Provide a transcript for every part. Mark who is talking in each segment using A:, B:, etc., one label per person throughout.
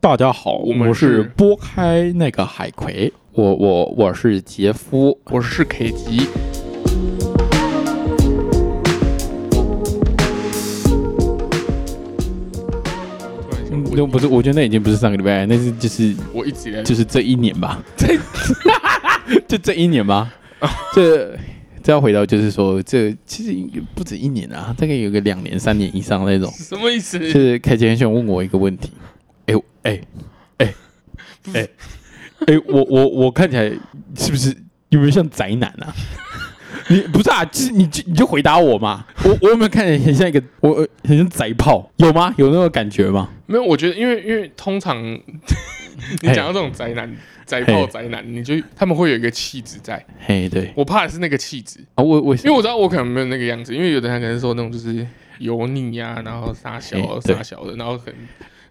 A: 大家好，我们是拨开那个海葵，
B: 我我我是杰夫，
C: 我是 K 级。
A: 嗯那嗯不是，我觉得那已经不是上个礼拜，那是就是
C: 我一直以来
A: 就是这一年吧，这 就这一年 吧，这这要回到就是说，这其实不止一年啊，大概有个两年、三年以上那种。
C: 什么意思？
A: 就是凯杰很喜欢问我一个问题，哎哎哎哎哎，我我我看起来是不是有没有像宅男 啊？你不是啊？就是你就你就回答我嘛，我我有没有看起来很像一个我很像宅炮？有吗？有那种感觉吗？
C: 没有，我觉得因为因为通常 你讲到这种宅男、宅炮、
A: 嘿
C: 宅男，你就他们会有一个气质在。
A: 嘿，对
C: 我怕的是那个气质，
A: 啊，我我
C: 因为我知道我可能没有那个样子，因为有的人可能说那种就是油腻呀，然后傻小
A: 嘿对
C: 傻小的，然后可能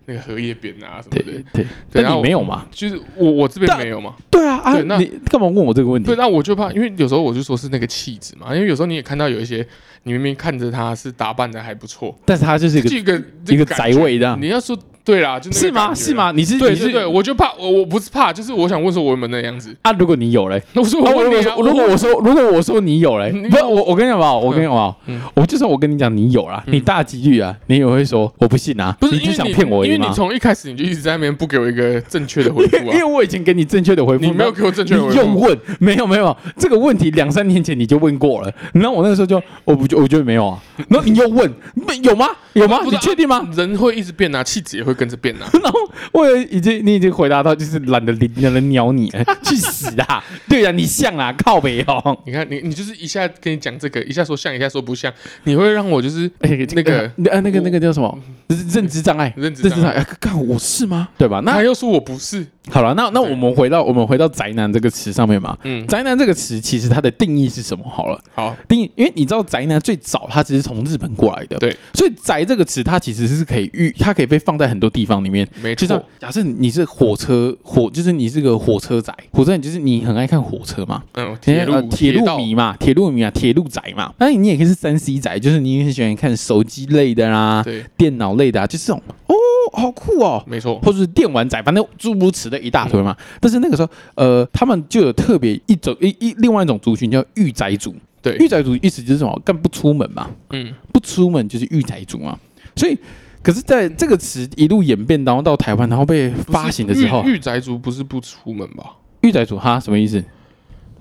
C: 那个荷叶边啊什么
A: 对
C: 的，
A: 对，
C: 对然
A: 但
C: 后
A: 你没有嘛？
C: 就是我我这
A: 但
C: 边没有嘛。
A: 对啊啊，
C: 对那
A: 你干嘛问我这个问题
C: 对，？那我就怕，因为有时候我就说是那个气质嘛，因为有时候你也看到有一些，你明明看着他是打扮的还不错，
A: 但是他就是一
C: 就
A: 个
C: 一个
A: 一个
C: 感
A: 宅
C: 觉
A: 味这啊样，
C: 你要说对啦，就那个
A: 是吗？
C: 感觉啊
A: 是？吗？你是
C: 对
A: 你
C: 对
A: 是
C: 对，我就怕我我不是怕，就是我想问说我有没有那样子？
A: 啊？如果你有嘞，
C: 那 我说
A: 啊
C: 我
A: 我如
C: 问
A: 果
C: 你啊，
A: 说如果我说如果我说你有嘞，
C: 你
A: 不是我我跟你讲吧，我跟你讲吧
C: 嗯，
A: 我就算我跟你讲你有啦，
C: 嗯
A: 你大几率啊，你也会说我不信啊，
C: 不是
A: 你
C: 因
A: 就
C: 为
A: 想骗我而已
C: 因为你
A: 嘛。
C: 从一开始你就一直在那边不给我一个正确的回
A: 因
C: 复
A: 为因为
C: 啊，
A: 我以前给你正确的回复，
C: 你没有给我正确的回
A: 你用
C: 复，
A: 问，没有没有这个问题两三年前你就问过了，然后我那个时候就我不我觉得没有啊，然后你又问，没有吗？有吗？
C: 不是
A: 你
C: 啊
A: 确定吗？？
C: 人会一直变啊，气质也会跟着变啊。
A: 然后我也已经你已经回答到就是懒得理懒得鸟你了，去死啦！对啊呀，你像啦，靠北哦。
C: 你看你你就是一下跟你讲这个，一下说像，一下说不像，你会让我就是
A: 哎
C: 那个
A: 呃那个那个叫什么认认知障碍，
C: 认知
A: 认
C: 障
A: 知障
C: 碍。
A: 碍，看、干我是吗？对吧？那
C: 他又说我不是，
A: 好了，那那
C: 对
A: 我们回到我们回到宅男这个词上面嘛。
C: 嗯，
A: 宅男这个词其实它的定义是什么？好了，
C: 好，
A: 定义，因为你知道宅男最早它只是从日本过来的，
C: 对，
A: 所以宅这个词它其实是可以遇，它可以被放在很多地方里面。
C: 没
A: 就像
C: 错，
A: 假设你是火车火，就是你是个火车宅，火车你就是你很爱看火车嘛，
C: 嗯，
A: 铁
C: 铁
A: 路
C: 路
A: 哎呃铁路
C: 道
A: 迷嘛，铁路迷啊，铁路宅嘛。那你也可以是三 C 宅，就是你也很喜欢看手机类的啊啦，
C: 对，
A: 电脑类的啊，就是这种哦，好酷哦，
C: 没错，
A: 或者是电玩仔，反正诸如此类一大堆嘛。但是那个时候，呃，他们就有特别一种一一另外一种族群叫御宅族。
C: 对
A: 御宅族意思就是什么？干不出门嘛，
C: 嗯，
A: 不出门就是御宅族嘛。所以，可是在这个词一路演变，然后到台湾，然后被
C: 不是嗯
A: 发行的时候，
C: 御御宅族不是不出门吧？
A: 御宅族哈什么意思？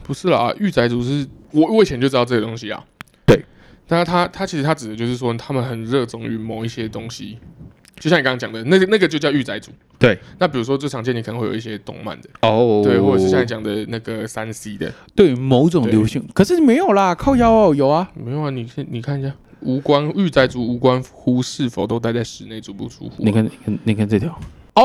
C: 不是啦，御宅族是我我以前就知道这个东西啊。
A: 对，
C: 但是他他其实他指的就是说他们很热衷于某一些东西，就像你刚刚讲的那个那个就叫御宅族。
A: 对，
C: 那比如说最常见你可能会有一些动漫的，
A: 哦
C: 对，或者是像你讲的那个三 C 的，
A: 对某种流行，可是没有啦，靠腰哦，有啊，
C: 没有啊，你先你看一下。无关御宅族无关乎是否都待在室内足不出户啊、
A: 你看，你看，你看这条。哦，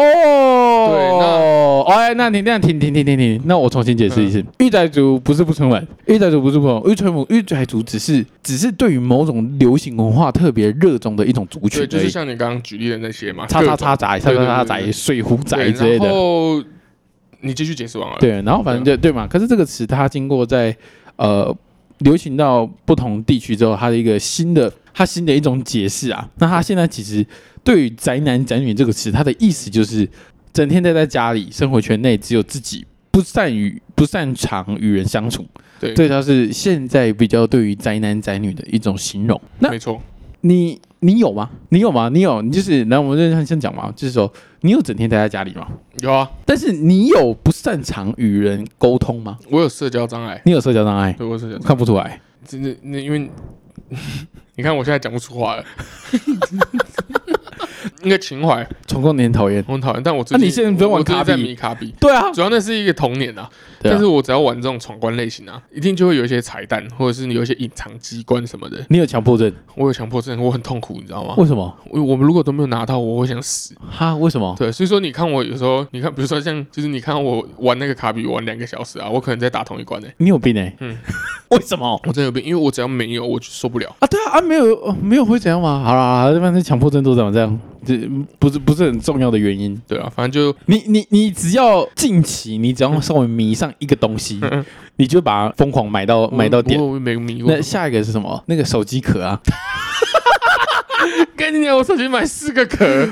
A: 对，那哎，那你那停停停停停，那我重新解释一
C: 嗯
A: 次，御宅族不是不出门，御宅族不是不出门，御宅族御宅族只是只是对于某种流行文化特别热衷的一种族群
C: 对，
A: 而已，
C: 就是像你刚刚举例的那些嘛，
A: 叉
C: 各
A: 叉
C: 种
A: 叉宅、叉
C: 对
A: 叉
C: 对
A: 叉
C: 对
A: 宅、
C: 对
A: 水壶宅
C: 对
A: 之类
C: 然
A: 的，
C: 后你继续解释完了。
A: 对，然后反正就对嘛。可是这个词它经过在呃流行到不同地区之后，它的一个新的它新的一种解释啊。那它现在其实对于宅男宅女这个词，它的意思就是整天待在家里，生活圈内只有自己，不善于不擅长与人相处。
C: 对
A: 这它是现在比较对于宅男宅女的一种形容。那
C: 没错，
A: 你你有吗？你有吗？你有？你就是，然后我们就先讲嘛，就是说你有整天待在家里吗？
C: 有啊，
A: 但是你有不擅长与人沟通吗？
C: 我有社交障碍，
A: 你有社交障碍，
C: 对我有社交障碍。
A: 看不出来。
C: 真的，那因为你看我现在讲不出话了， 那个情怀
A: 重构你很讨厌。
C: 我很讨厌，但我最
A: 那
C: 近、
A: 你现在不是玩
C: 我最近
A: 卡
C: 在
A: 比
C: 迷卡比，
A: 对啊，
C: 主要那是一个童年啊。但是我只要玩这种闯关类型啊，一定就会有一些彩蛋，或者是你有一些隐藏机关什么的。
A: 你有强迫症，
C: 我有强迫症，我很痛苦，你知道吗？
A: 为什么？
C: 我我们如果都没有拿到，我会想死。
A: 哦哈，为什么？
C: 对，所以说你看我有时候，你看比如说像就是你看我玩那个卡比玩两个小时啊，我可能在打同一关呢、
A: 你有病哎、
C: 嗯
A: 为什么？
C: 我真的有病，因为我只要没有我就受不了。
A: 啊，对啊，啊，没有，哦没有会怎样吗？好啦，好啦反正强迫症都长这样，这不是不是很重要的原因。
C: 对啊，反正就
A: 你你你只要近期，你只要稍微迷上一个东西，
C: 嗯
A: 你就把它疯狂买到买到点。
C: 我我没迷过
A: 那。下一个是什么？那个手机壳啊，
C: 跟你娘，我上去买 四个壳，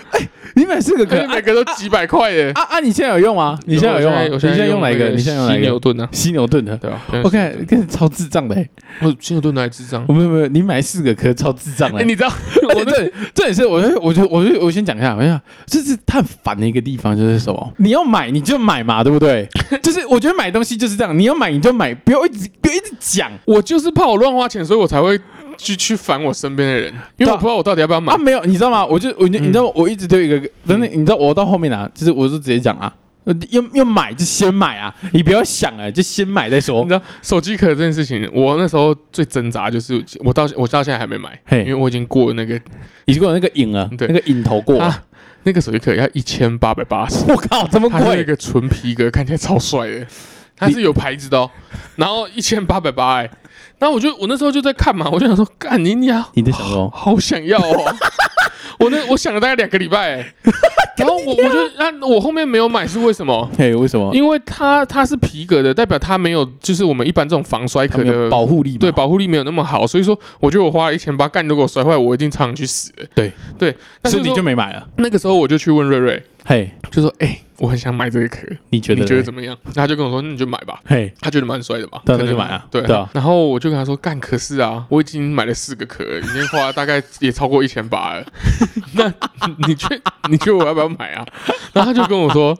A: 你买四个
C: 而
A: 壳
C: 且每个都几百块耶。
A: 啊啊！你现在有用吗？ 你现在有用吗？
C: 我
A: 你
C: 现
A: 现
C: 在
A: 在用哪一个？
C: 那
A: 你现在用哪
C: 犀
A: 一
C: 牛
A: 个？哦
C: 顿啊，
A: 犀牛顿的，
C: 对吧？
A: 我 看看超智障的、欸，
C: 我犀牛顿还智 障。
A: 我没有没有，你买四个壳超智障的、欸
C: 哎，你知道
A: 而
C: 我
A: 且
C: 那
A: 这这也是我就我就我就我先讲一下，我想这是太烦的一个地方就是什么？你要买你就买嘛，对不 对？就是我觉得买东西就是这样，你要买你就买，不要一直不要一直讲
C: 我就是怕我乱花钱，所以我才会去去烦我身边的人，因为我不知道我到底要不要买
A: 啊，。没有，你知道吗？我就我就
C: 嗯
A: 你知道我一直都有一个，真的，你知道我到后面啊，就是我就直接讲啊，要要买就先买啊，你不要想啊，就先买再说
C: 你。知道手机壳这件事情，我那时候最挣扎就是我到我到现在还没买，
A: 嘿
C: 因为我已经过了那个
A: 已经有那个瘾了，
C: 对
A: 那个瘾头过了。
C: 啊，那个手机壳要一千八百八十，
A: 我靠，这么
C: 它是一
A: 贵！
C: 个纯皮革，看起来超帅的，它是有牌子的哦，然后一千八百八哎，然后我就我那时候就在看嘛，我就想说，干你娘，
A: 你在想什么？
C: 好想要哦。 我那我想了大概两个礼拜、 欸，然后我我就那我后面没有买是为什么？
A: 嘿，为什么？
C: 因为它它是皮革的，代表它没有就是我们一般这种防摔
A: 它
C: 壳
A: 没有
C: 的
A: 保护力嘛
C: 对，保护力没有那么好，所以说我觉得我花了一千八，干如果我摔坏，我一定常常去死了。
A: 对
C: 对，但
A: 所
C: 是
A: 以你
C: 说
A: 就没买了。
C: 那个时候我就去问瑞瑞，
A: 嘿，
C: 就说哎、我很想买这个壳，
A: 你觉得？
C: 你觉得？怎么样？然后他就跟我说那你就买吧，
A: 嘿，
C: 他觉得蛮帅的吧，
A: 对啊
C: 可能
A: 那就买啊
C: 对
A: 对啊
C: 然后我就跟他说干，可是啊，我已经买了四个壳了，已经花了大概也超过一千八 了，那你觉你觉得我要不要买啊？然后他就跟我说，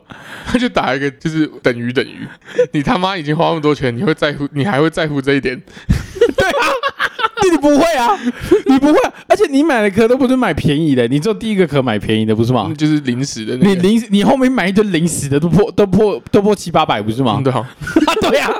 C: 他就打一个就是等于等于，你他妈已经花那么多钱，你会在乎，你还会在乎这一点？
A: 你不会啊，你不会啊，而且你买的壳都不是买便宜的，你只有第一个壳买便宜的，不是吗？
C: 就是临时的那个
A: 你。零，你后面买一堆零食的，都破都破都破七八百，不是吗
C: 嗯，？对啊，
A: 啊，对呀、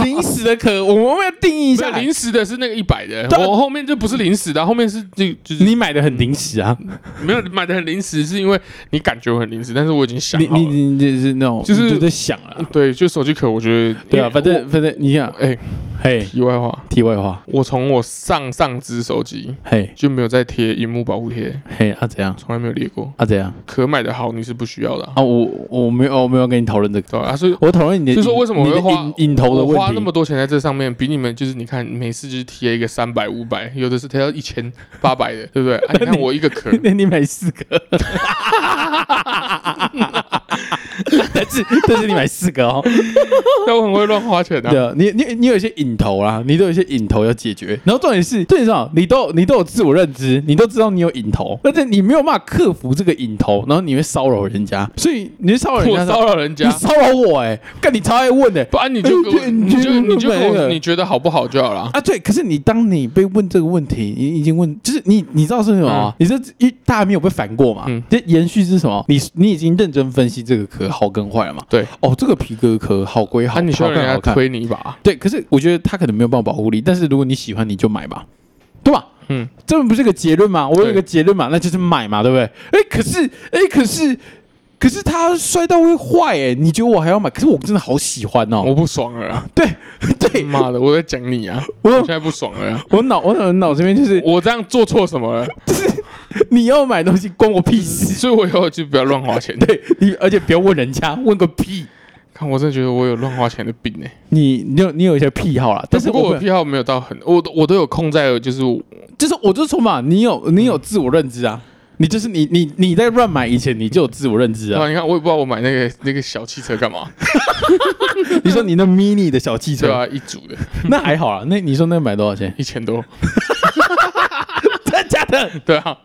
A: 啊，零食的壳，我们要定义一
C: 不是
A: 下。
C: 临时的是那个一百的，
A: 对啊
C: 我后面就不是临时的啊，后面是就就是
A: 你买的很临时啊，
C: 没有买的很临时，是因为你感觉我很临时，但是我已经想
A: 你
C: 好
A: 你
C: 了。
A: 你你就是那种，
C: 就是
A: 你在想了啊。
C: 对，就手机壳，我觉得
A: 对啊，
C: 因为
A: 反正反正你想
C: 我，哎，
A: 嘿，
C: 题外话，
A: 题外话，
C: 我从我上上只手机
A: 嘿
C: 就没有再贴荧幕保护贴，
A: 嘿啊怎样
C: 从来没有裂过。
A: 啊怎样
C: 壳买的好，你是不需要的啊，
A: 啊？我我没有我没有跟你讨论这个，
C: 对啊，所以
A: 我讨论你的，
C: 所以说为什么我
A: 你的
C: 会花
A: 引引头的
C: 我花
A: 问
C: 那
A: 题
C: 么？多钱在这上面，比你们就是你看每次就是贴一个三百、五百，有的是贴到一千、八百的，对不对？啊，你看我一个壳，
A: 那你买四 个，但是但是你买四个哦，
C: 但我很会乱花钱啊
A: 对。啊，你你你有一些引头啦，你都有一些引头要解决。然后重点是，重点是啊，你都有你都有自我认知，你都知道你有引头，但是你没有办法克服这个引头，然后你会骚扰人家，所以你会骚扰人
C: 我
A: 家，
C: 骚扰人
A: 你
C: 家，
A: 骚扰我哎、欸，干你超爱问的、欸。
C: 不然你就给我，
A: 哎
C: 你就你就跟
A: 没
C: 我
A: 了
C: 你觉得好不好就好了。
A: 啊，对，可是你当你被问这个问题，你已经问，就是你你知道是什么啊？你这一大家没有被反过嘛？
C: 嗯
A: 这延续是什么？你你已经认真分析这个壳好跟坏了嘛？
C: 对，
A: 哦，这个皮革壳好归好，
C: 啊，你需要
A: 好看
C: 人家
A: 好看。
C: 推你一把，
A: 对，可是我觉得它可能没有办法保护力，但是如果你喜欢，你就买吧，对吧？
C: 嗯，
A: 这不是个结论吗？我有一
C: 对
A: 个结论嘛，那就是买嘛，对不对？哎，可是哎，可是可是它摔到会坏哎、你觉得我还要买？可是我真的好喜欢哦。
C: 我不爽了啊。
A: 对 对，
C: 妈的，我在讲你啊！
A: 我
C: 我现在不爽了啊，
A: 我脑我脑脑这边就是
C: 我这样做错什么了？
A: 你要买东西关我屁事。
C: 所以我以后就不要乱花钱。
A: 对你，而且不要问人家，问个屁。
C: 看，我真的觉得我有乱花钱的病哎、
A: 你你有你有一些癖好啦，但
C: 但
A: 是
C: 不过
A: 我
C: 我的
A: 们
C: 癖好没有到很，我都我都有控在，就是我
A: 就是我就说嘛，你有你有自我认知啊，你就是你你你在乱买以前你就有自我认知
C: 对
A: 啊。
C: 啊，你看我也不知道我买那个那个小汽车干嘛，
A: 你说你那 mini 的小汽
C: 对
A: 车，
C: 啊，一组的？
A: 那还好啦。啊那你说那买多少钱
C: 一千多，
A: 真的假的？
C: 对啊，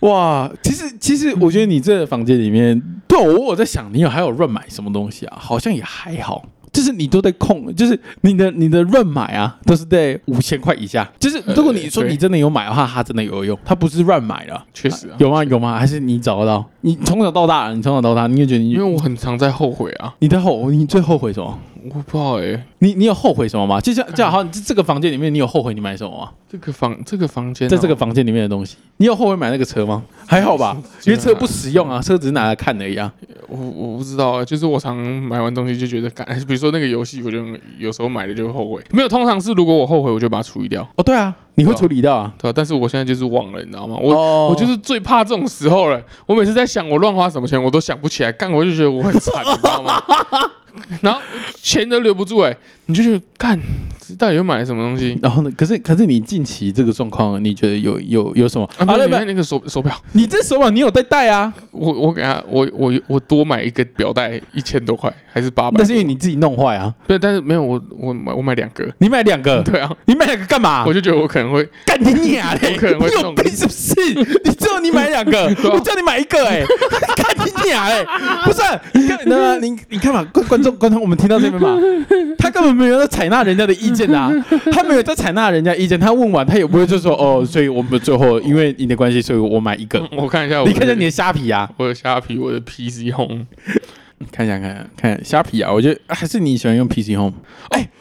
A: 哇，其实其实我觉得你这个房间里面，对我我在想，你有还有乱买什么东西啊？好像也还好。就是你都在控，就是你的你的乱买啊，都是在五千块以下。就是如果你说
C: 呃对
A: 你真的有买的话，它真的有用，它不是乱买的。
C: 确实啊，
A: 有吗？有吗？还是你找得到？你从小到大，你从小到大，你也觉得你
C: 因为我很常在后悔啊，
A: 你在后，你最后悔什么？
C: 我不知道哎、
A: 你你有后悔什么吗？就
C: 嗯
A: 像就好像这这个房间里面，你有后悔你买什么吗？
C: 这个房这个房间、啊
A: 在这个。房间里面的东西，你有后悔买那个车吗？还好 吧，因为车不实用啊，车只是拿来看而已啊。
C: 我我不知道啊，就是我常买完东西就觉得感， 比如说那个游戏，我就有时候买了就会后悔。没有，通常是如果我后悔，我就把它处理掉，
A: 哦，对啊，你会处理掉啊。
C: 对吧、但是我现在就是忘了，你知道吗？我、
A: 哦
C: 我就是最怕这种时候了。我每次在想我乱花什么钱，我都想不起来，干我就觉得我很惨，你知道吗？ 然后钱都留不住哎、你就觉得干，这到底又买了什么东西？
A: 然后呢？可是可是你近期这个状况，你觉得有有有什么？
C: 啊，不
A: 对
C: 是，你
A: 不
C: 看
A: 对，
C: 那个手手表，
A: 你这手表你有在戴啊？
C: 我我给他，我我我多买一个表带一千多块，还是八百？
A: 那是因为你自己弄坏啊！
C: 对，但是没有我我买我买两个，
A: 你买两个，
C: 对啊，
A: 你买两个干嘛
C: 我？就觉得我可能会
A: 干你娘嘞！
C: 我可能会
A: 你有
C: 中
A: 病是不是？你知道你买两 个，
C: 对啊
A: 我叫你买一个 哎、干你娘嘞！不是，啊你看那你你看嘛，观观众观众，我们听到这边 嘛，他根本没有在采纳人家的意见啊， 他没有在采纳人家意见，他问完他也不会就说哦，所以我们最后因为你的关系，所以我买一个。
C: 我看一下
A: 嗯
C: 我，
A: 你看一下你的虾皮啊，
C: 我的虾皮，我的 PC Home。
A: 看一下看一下看一下虾皮啊，我觉得还是你喜欢用 PC Home。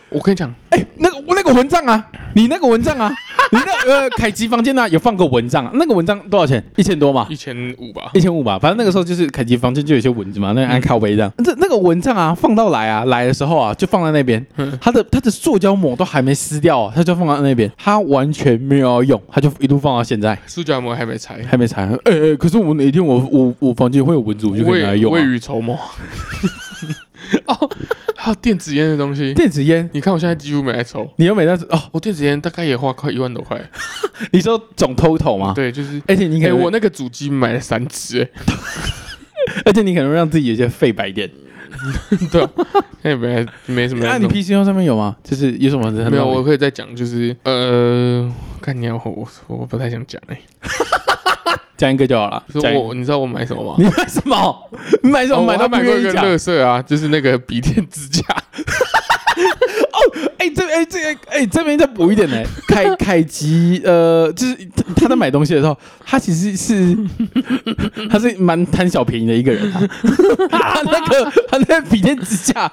C: 我跟你讲，
A: 哎、那个我那个蚊帐啊，你那个蚊帐啊，你那个呃凯吉房间呢、啊、有放个蚊帐、啊，那个蚊帐多少钱？一千多嘛，
C: 一千五吧，
A: 一千五吧，反正那个时候就是凯吉房间就有一些蚊子嘛，那个按靠背这样，嗯这那个蚊帐啊放到来啊来的时候啊就放在那边，它的它的塑胶膜都还没撕掉、啊，它就放在那边，它完全没有要用，它就一路放到现在
C: 塑胶膜还没拆，
A: 还没拆。呃、欸可是我哪一天我我我房间会有蚊子，我就可以拿来
C: 未
A: 用、
C: 未
A: 啊。
C: 雨绸缪。 哦，还有电子烟的东西，
A: 电子烟，
C: 你看我现在几乎没在抽，
A: 你又没那哦？
C: 我电子烟大概也花快一万多块。
A: 啊你说总 total 吗？
C: 对，就是。
A: 而且你可
C: 哎、
A: 能、
C: 我那个主机买了三只、哎
A: 而且你可能让自己有一些废白点。
C: 对、啊，那也没没什么
A: 那、
C: 在弄。
A: 你 PC 用上面有吗？就是有什么很
C: 没有，我可以再讲，就是呃，看你要我我不太想讲哎、
A: 讲一个就 好了。
C: 就是
A: 讲一
C: 我你知道我买什么
A: 你
C: 吗？
A: 买什么？你买什么？
C: 哦
A: 买
C: 我
A: 到
C: 还
A: 不
C: 买过
A: 愿
C: 一
A: 意
C: 个
A: 讲。
C: 乐色啊，就是那个笔电支架，
A: 哎、这哎、这个哎、这边再补一点呢、凯凯吉呃，就是他他在买东西的时候，他其实是他是蛮贪小便宜的一个人、啊。 他那个他那个笔电支架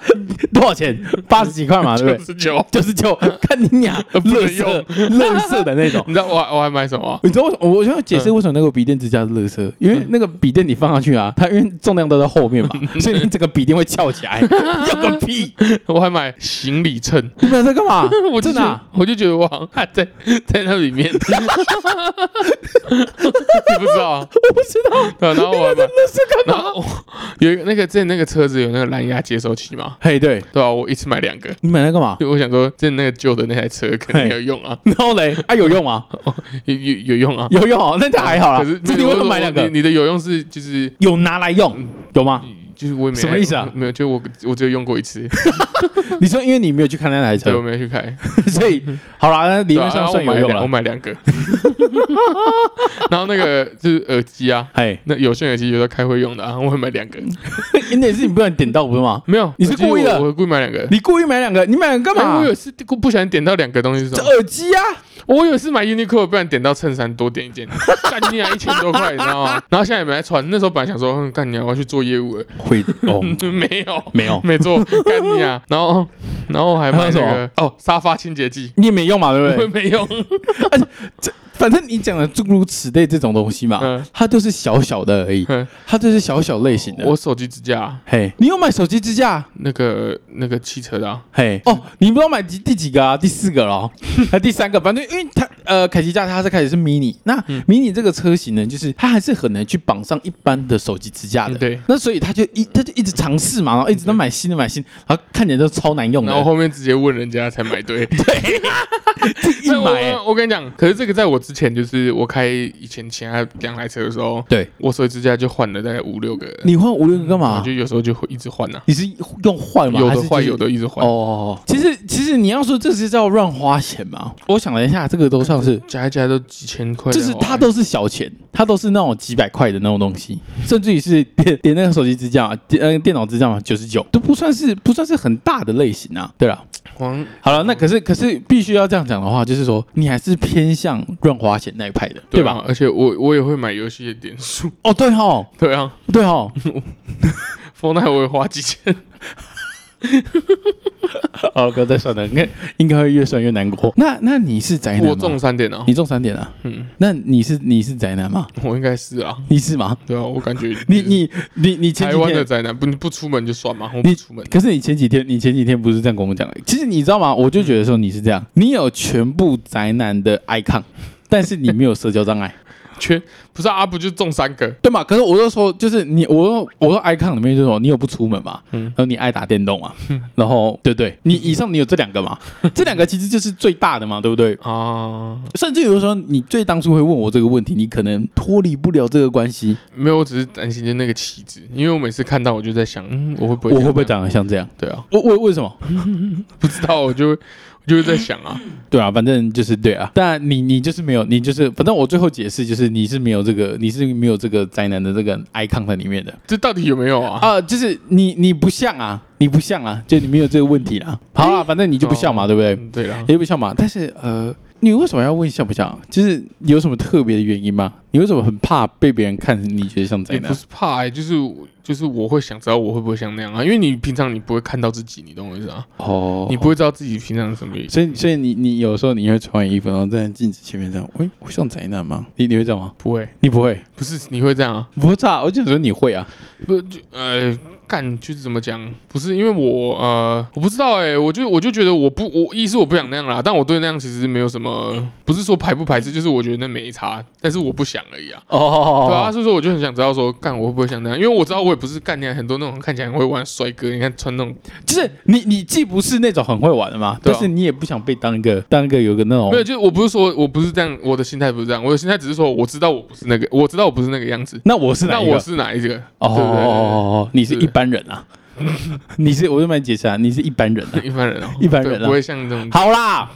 A: 多少钱？八十几块嘛，对不对？
C: 九十九。
A: 九十九，看你俩
C: 不
A: 乐
C: 能用
A: 色乐色的那种。
C: 你知道我还我还买什么？
A: 你知道为什么？我想解
C: 嗯
A: 释为什么那个笔电支架是乐色，因为那个笔电你放上去啊，它因为重量都在后面嘛，所以你整个笔电会翘起来。 要个 屁！
C: 我还买行李秤，？
A: 你们在干嘛
C: 我就
A: 真
C: 觉
A: 的
C: 得、
A: 啊？
C: 我就觉得我好像还在 在那里面， 你不知道啊？
A: 我不知道。
C: 对啊然后我还买，
A: 乐色干
C: 然后我有一个那个之前那个车子有那个蓝牙接收器嘛，
A: 嘿，对
C: 对啊，我一次买两个，
A: 你买那干嘛？
C: 因为我想说之前那个旧的那台车肯定有用啊，
A: 然后嘞，啊，有用吗？
C: 有有有用啊，
A: 有用哦，那就还好啦。
C: 可是
A: 这你为什么买两个
C: 你？嗯你的有用是就是
A: 有拿来用，有吗？
C: 就是我也没
A: 什么意思啊
C: 没有，就我我只有用过一次，
A: 你说因为你没有去看那台
C: 对，我
A: 车，
C: 嗯没有去开。
A: 所以好啦，那理
C: 对啊
A: 论上
C: 然后
A: 算
C: 我
A: 有
C: 买
A: 用
C: 两，我
A: 了。
C: 买两个。 然后那个就是耳机啊，
A: 嘿，
C: 那有线耳机有的开会用的啊，我会买两个。
A: 那也是你不能点到不是吗？
C: 没有，
A: 你是
C: 耳机
A: 故意的
C: 我我故意买两个。
A: 你故意买两个，你买两个干
C: 哎
A: 嘛
C: 我？有一次故不小心点到两个东西是什
A: 这
C: 么？
A: 耳机啊，
C: 我有一次买 Uniqlo，不然点到衬衫多点一件，干你啊，一千多块，你知道吗？然后现在也没在穿，那时候本来想说，嗯干你啊，我要去做业务了，
A: 会哦，
C: 没有，
A: 没有，
C: 没做，干你啊！然后，然后我还买那
A: 还有
C: 个哦，沙发清洁剂，
A: 你也没用嘛， 对不
C: 我也
A: 对？
C: 没用。
A: 反正你讲的诸如此类这种东西嘛，
C: 嗯
A: 它就是小小的而已，
C: 嗯
A: 它就是小小类型的。
C: 我手机支架，啊
A: 嘿，你有买手机支架？
C: 那个那个汽车的啊，
A: 嘿，哦，你不知道买第第几个啊？第四个 咯，还第三个，反正因为它呃，凯奇架它是开始是 mini，那
C: 嗯
A: mini 这个车型呢，就是它还是很难去绑上一般的手机支架的。
C: 嗯对
A: 那所以它就一它就一直尝试嘛，然后一直在买新的买新的，然后看起来都超难用的
C: 然后，后面直接问人家才 买对。
A: 一
C: 但我
A: 买、欸
C: 我跟你讲，可是这个在我之前，就是我开以前其他两台车的时候，
A: 对
C: 我手机支架就换了大概五六个，
A: 你换五六个干
C: 我
A: 嘛
C: 嗯就？有时候就会一直换呐，
A: 你是用坏吗？
C: 有
A: 哦还
C: 的
A: 是
C: 换，
A: 就是
C: 有的一直换。
A: 哦，其实其实你要说这是叫乱花钱嘛？我想了一下，这个都算是，
C: 加一加都几千块，
A: 就是
C: 然后
A: 它都是小钱，它都是那种几百块的那种东西，甚至于是连连那个手机支架、电呃电脑支架嘛，九十九都不算是不算是很大的类型啊。对了，
C: 好像
A: 好了，那可是可是必须要这样讲的话，就是说你还是偏向乱花钱那一派的，对
C: 对
A: 吧？
C: 啊吧？而且我我也会买游戏的点数，
A: 哦，对哦，
C: 对啊，
A: 对 哦，
C: 风奈我也花几千，哦
A: 好，不要再算了，应该应该会越算越难过。那哎那你是宅男吗？
C: 我中三点啊，
A: 你中三点啊？
C: 嗯，
A: 那你是你是宅男吗？
C: 我应该是啊，
A: 你是吗？
C: 对啊，我感觉
A: 你你你你前
C: 台
A: 几
C: 湾的
A: 天，
C: 宅男不你不出门就算嘛，我不出门，
A: 可是你前几天，你前几天不是这样跟我讲的。其实你知道吗？我就觉
C: 嗯
A: 得说你是这样，你有全部宅男的 icon，但是你没有社交障碍。
C: 圈，不是啊，不就中三个？
A: 对嘛？可是我就说，就是你，我说我说 icon 里面就是说你有不出门嘛，
C: 嗯
A: 然后你爱打电动嘛，
C: 嗯
A: 然后对不对？你以上你有这两个嘛，这两个其实就是最大的嘛，对不对？
C: 啊，
A: 甚至有的时候，你最当初会问我这个问题，你可能脱离不了这个关系，
C: 没有，我只是担心就那个棋子，因为我每次看到我就在想，嗯，我会不会
A: 我会不会
C: 这样？
A: 长得像这样？
C: 对啊，
A: 我我为什么？
C: 不知道，我就我就会在想啊，
A: 对啊，反正就是对啊。但你你就是没有，你就是反正我最后解释就是你是没有这个，你是没有这个灾难的这个 icon 在里面的
C: 这到底有没有啊？
A: 啊、就是你你不像啊，你不像啊，就你没有这个问题啦。好啊啦，反正你就不像嘛，对不对？
C: 嗯对啦，
A: 也不像嘛。但是呃，你为什么要问像不像？就是有什么特别的原因吗？你为什么很怕被别人看你觉得像灾
C: 也
A: 难
C: 不？是怕、欸，就是就是我会想知道我会不会像那样啊，因为你平常你不会看到自己，你懂我意思啊？
A: 哦
C: 你不会知道自己平常是什么意思，
A: 所以，所以你你有时候你会穿完衣服，然后站在镜子前面这样，喂、我像宅男吗？你你会这样吗？
C: 不会，
A: 你不会，
C: 不是你会这样啊？
A: 不差，我就觉得你会啊。
C: 不就呃干就是怎么讲？不是因为我呃我不知道哎、我就我就觉得我不我一是我不想那样啦，但我对那样其实没有什么，不是说排不排斥，就是我觉得那没差，但是我不想而已啊。
A: 哦
C: 对啊，所以说我就很想知道说，干我会不会像那样？因为我知道我也不是干那样很多那种看起来很会玩的帅哥，你看穿那种，
A: 就是你你既不是那种很会玩的嘛，
C: 对
A: 但
C: 啊
A: 是你也不想被当一个当一个有个那种
C: 没有，就是我不是说我不是这样，我的心态不是这样，我的心态只是说我知道我不是那个，我知道我不是那个样子，
A: 那我是哪
C: 那
A: 一个？
C: 我是哪一个？
A: 哦
C: 对不对
A: 哦，你是一般人啊，你是我就帮你解释啊，你是一般人啊。
C: 一般人哦，
A: 一般人啊
C: 对不会像这种，
A: 好 啦，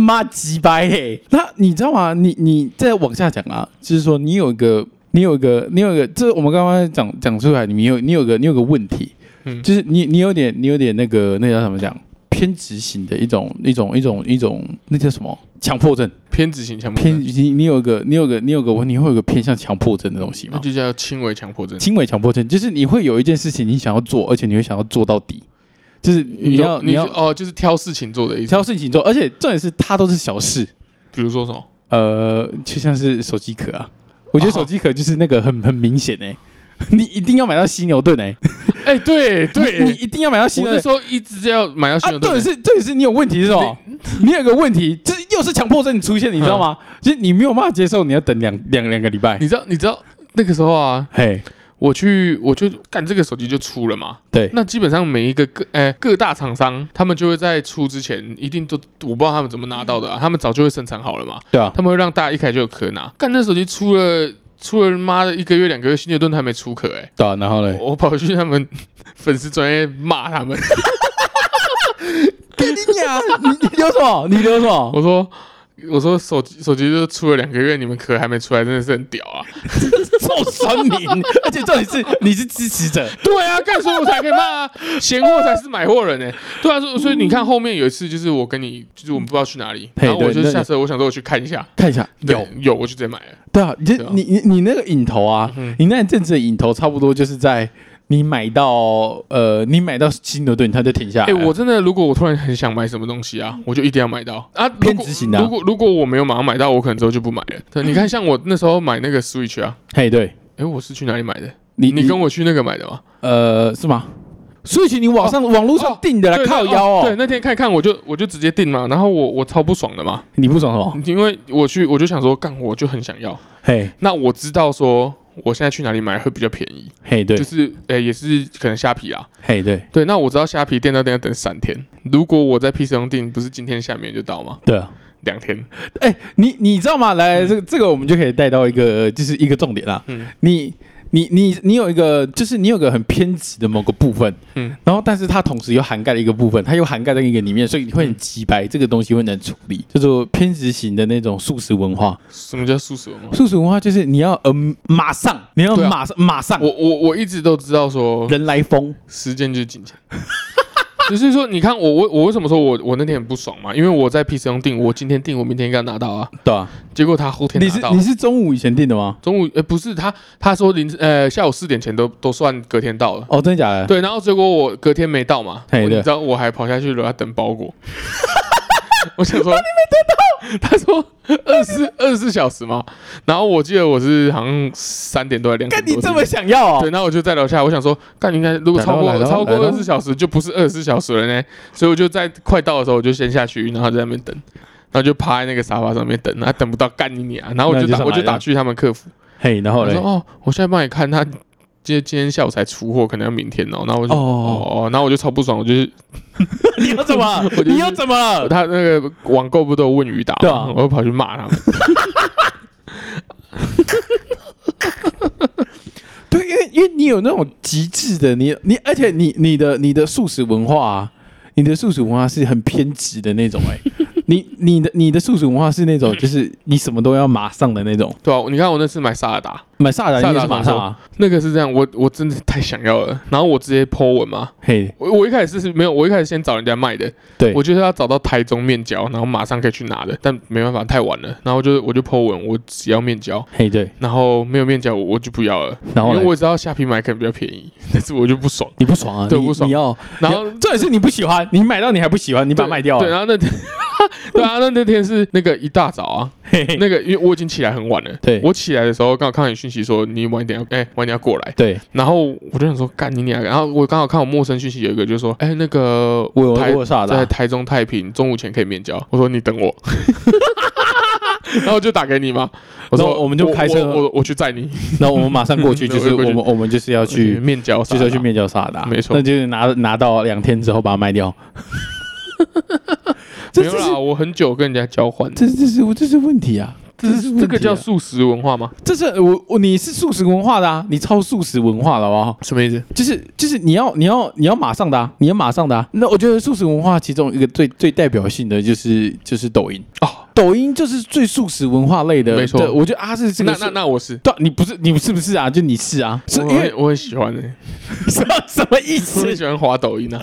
A: 妈鸡掰嘞！那你知道吗？你你再往下讲啊，就是说你有一个，你有一个，你有一个，这我们刚刚讲讲出来，你有你有个你有个问题，
C: 嗯
A: 就是你你有点你有点那个那叫什么讲偏执型的一种一种一种一种那叫什么强迫症？
C: 偏执型强迫
A: 偏
C: 症，
A: 你你有一个你有个你有个你会有个偏向强迫症的东西
C: 那
A: 吗？
C: 就叫轻微强迫症。
A: 轻微强迫症就是你会有一件事情你想要做，而且你会想要做到底，就是你要
C: 你
A: 你要
C: 哦，就是挑事情做的意思。
A: 挑事情做，而且重点是它都是小事。
C: 比如说什么？
A: 呃，就像是手机壳啊，我
C: 哦
A: 觉得手机壳就是那个很很明显哎、你一定要买到犀牛盾哎、
C: 哎，对
A: 你你
C: 对，
A: 一定要买到犀
C: 我
A: 牛
C: 那
A: 盾
C: 时。候一直要买到
A: 啊
C: 新，的
A: 重
C: 东
A: 点
C: 西，
A: 是重点是你有问题是什么？你有个问题，这又是强迫症出现，你知道吗？就是你没有办法接受，你要等两两两个礼拜。
C: 嗯你知道你知道那个时候啊，
A: 嘿，
C: 我去我就干这个手机就出了嘛。
A: 对，
C: 那基本上每一个各哎、各大厂商，他们就会在出之前，一定都我不知道他们怎么拿到
A: 嗯
C: 的、啊，他们早就会生产好了嘛，
A: 对啊，
C: 他们会让大家一开始就有壳拿。干那手机出了。出了妈的一个月两个月，新牛顿还没出壳哎、
A: 对啊，然后嘞，
C: 我跑去他们 粉丝专业骂他们，
A: 你啊，你你留什么？你留什么？
C: 我说我说手机手机就出了两个月，你们壳还没出来，真的是很屌啊！
A: 臭酸民，而且重点是你是支持者，
C: 对啊，干所以我才可 以骂啊，闲货才是买货人呢、对啊，所以所以你看后面有一次，就是我跟你，就是我们不知道去哪里，
A: 嗯嘿
C: 然后我
A: 对
C: 就
A: 那
C: 下车，我想说我去看一下，
A: 看一下
C: 对有，我就直接买了。
A: 对啊，你这
C: 对啊
A: 你你你那个影头啊，
C: 嗯
A: 你那一阵子的影头差不多就是在你买到呃，你买到新牛顿，它就停下来
C: 哎、
A: 了。
C: 我真的如果我突然很想买什么东西啊，我就一定要买到啊。如果
A: 偏执型的啊
C: 如果如果我没有马上买到，我可能之后就不买 了。对，你看像我那时候买那个 Switch 啊，
A: 嘿，对
C: 哎、我是去哪里买的？
A: 你
C: 你跟我去那个买的吗？
A: 呃是吗？所以你网上、网络上订的啦，
C: 对
A: 靠
C: 那
A: 腰哦。
C: 对，那天看一看我就我就直接订嘛，然后我我超不爽的嘛，
A: 你不爽什么？
C: 因为我去我就想说干，我就很想要。
A: 嘿，
C: 那我知道说我现在去哪里买会比较便宜，
A: 嘿，对
C: 就，是呃、也是可能虾皮啊。
A: 嘿，对，
C: 对，那我知道虾皮店到店要等三天，如果我在 PC 上订，不是今天下面就到吗？
A: 对啊。
C: 两天，
A: 哎，你你知道吗？来，这个这个我们就可以带到一个就是一个重点啦。
C: 嗯
A: 你你你你有一个，就是你有个很偏执的某个部分，
C: 嗯
A: 然后但是它同时又涵盖了一个部分，它又涵盖在一个里面，所以你会很鸡掰，这个东西会难处理，叫做偏执型的那种素食文化。
C: 什么叫素食文化？
A: 素食文化就是你要嗯、马上，你要
C: 对啊
A: 马上、马上
C: 我，我我一直都知道说
A: 人来疯，
C: 时间就 是金钱。只是说，你看我我我为什么说我我那天很不爽嘛？因为我在 PC 上订，我今天订，我明天应该拿到啊。
A: 对啊，
C: 结果他后天
A: 你
C: 拿
A: 是
C: 到，
A: 你是中午以前订的吗？
C: 中午呃不是他他说凌晨呃下午四点前都都算隔天到了。
A: 哦，真的假的？
C: 对，然后结果我隔天没到嘛，我
A: 嘿
C: 你
A: 对
C: 知道我还跑下去楼下等 包裹。我想说，你没得到？他说二十二十四小时嘛，然后我记得我是好像三点多还两点
A: 看
C: 多
A: 你
C: 订的。
A: 这么想要哦
C: 对，，那我就在楼下，我想说，干应该如果超过
A: 来咯来咯
C: 超过
A: 来咯
C: 二十四小时，就不是二十四小时了呢。所以我就在快到的时候，我就先下去，然后在那边等。然后就趴在那个沙发上面等，他等不到干你娘，然后我
A: 那你
C: 就
A: 就
C: 打
A: 上
C: 我
A: 来
C: 就打
A: 了
C: 去他们客服，
A: 嘿，然后
C: 我
A: 嘞
C: 说，哦，我现在帮你看他。今天今天下午才出货，可能要明天哦。然后我就
A: 哦
C: 哦哦，然后我就超不爽，我就是
A: 你要怎么？
C: 我就是
A: 你要怎么？
C: 他那个网购不都有问语打吗，
A: 对啊
C: 我就跑去骂他们。
A: 对，因为因为你有那种极致的，你你，而且你你的你的素食文化、啊，你的素食文化是很偏执的那种、 欸，你你的你的素食文化是那种，就是你什么都要马上的那种。
C: 对啊，你看我那次买萨尔达，
A: 买萨达
C: 萨
A: 你
C: 达
A: 也是马上啊，
C: 那个是这样，我我真的太想要了，然后我直接 Po 文嘛。
A: 嘿，
C: 我我一开始是没有，我一开始先找人家卖的，
A: 对，
C: 我就是要找到台中面交，然后马上可以去拿的，但没办法太晚了，然后就我就 Po 文，我只要面交，
A: 嘿对，
C: 然后没有面交我我就不要了，
A: 然后
C: 因
A: 嘞
C: 为我知道下批买可能比较便宜，但是我就不爽，
A: 你不爽啊，
C: 对
A: 你
C: 不爽
A: 你要，
C: 然后。
A: 这也是你不喜欢，你买到你还不喜欢，你把它卖掉啊
C: 对，
A: 了，
C: 然后那天，对啊，那那天是那个一大早啊，
A: 嘿嘿，
C: 那个因为我已经起来很晚了，
A: 对
C: 我起来的时候刚好看到你讯息说你晚一点要，哎、晚一点要过来，
A: 对
C: 然后我就想说干你娘，然后我刚好看我陌生讯息有一个就说，哎、那个
A: 我有我
C: 台
A: 有萨
C: 在
A: 达，
C: 台中太平中午前可以面交，我说你 等我。然后就打给你嘛，我
A: 然
C: 说
A: 后我们就开车
C: 我我我去载你
A: 那我们马上 过去，
C: 嗯
A: 就是
C: 我
A: 我
C: 过去
A: 们我们就是要去
C: 面交，
A: 就是要去。面交萨达，
C: 没错
A: 那就是拿拿到两天之后把它卖 掉。这这
C: 没有
A: 是
C: 啦，我很久跟人家交换，
A: 这这是这是问题啊！
C: 这
A: 是
C: 是
A: 问
C: 这
A: 题啊
C: 个叫素食文化吗？
A: 这是我我你是素食文化的啊，你超素食文化了好不好？
C: 什么意思？
A: 就是就是你要你要你要马上的啊，你要马上的啊。那我觉得素食文化其中一个最最代表性的就是就是抖音
C: 哦，
A: 抖音就是最素食文化类的，
C: 没错
A: 对我觉得阿是这个
C: 那
A: 是
C: 那那我是，
A: 对啊，你不是你是不是啊？就你是啊，是
C: 我
A: 因为
C: 很我很喜欢的，
A: 什么什么意
C: 我
A: 思
C: 很？喜欢滑抖音啊。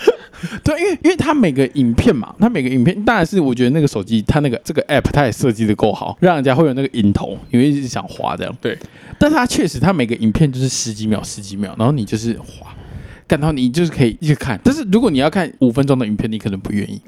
A: 对，因为因为它每个影片嘛，它每个影片当然是我觉得那个手机它那个这个 app 它也设计的够好，让人家会有那个瘾头，因为一直想滑这样。
C: 对，
A: 但它确实它每个影片就是十几秒、十几秒，然后你就是滑。干到你就是可以一直看，但是如果你要看五分钟的影片，你可能不愿 意，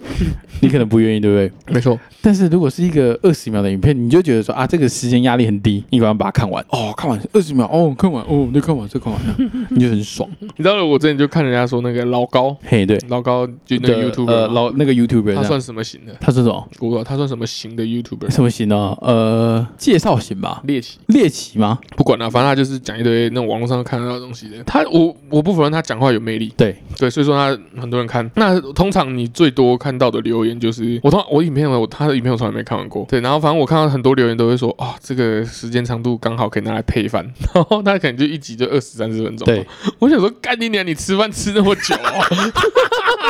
A: 你可能不愿意，对不对？
C: 没错，
A: 但是如果是一个二十秒的影片，你就觉得说啊，这个时间压力很低，你赶快把它看完。哦，看完二十秒，哦，看完，哦，再看完，再看完， 你就很爽。
C: 你知道了，我之前就看人家说那个老高，
A: 嘿，对，
C: 老高就那
A: 的
C: 个 YouTuber，
A: 呃
C: 嘛
A: 老那个 YouTuber，这
C: 他
A: 样
C: 算什么型的？
A: 他说什么？
C: 我不知道他算什么型的 YouTuber？
A: 什么型呢？呃，介绍型吧，
C: 猎奇，
A: 猎奇吗？
C: 不管了、反正他就是讲一堆那种网络上看得到的东西的。他我我不否认他讲话有魅力，
A: 对，
C: 对，所以说他很多人看。那通常你最多看到的留言就是我通我影片我他的影片我从来没看完过，对，然后反正我看到很多留言都会说啊、这个时间长度刚好可以拿来配饭， 然后他可能就一集就二十三十分钟。
A: 对，
C: 我想说干你娘，你吃饭吃那么久、哦，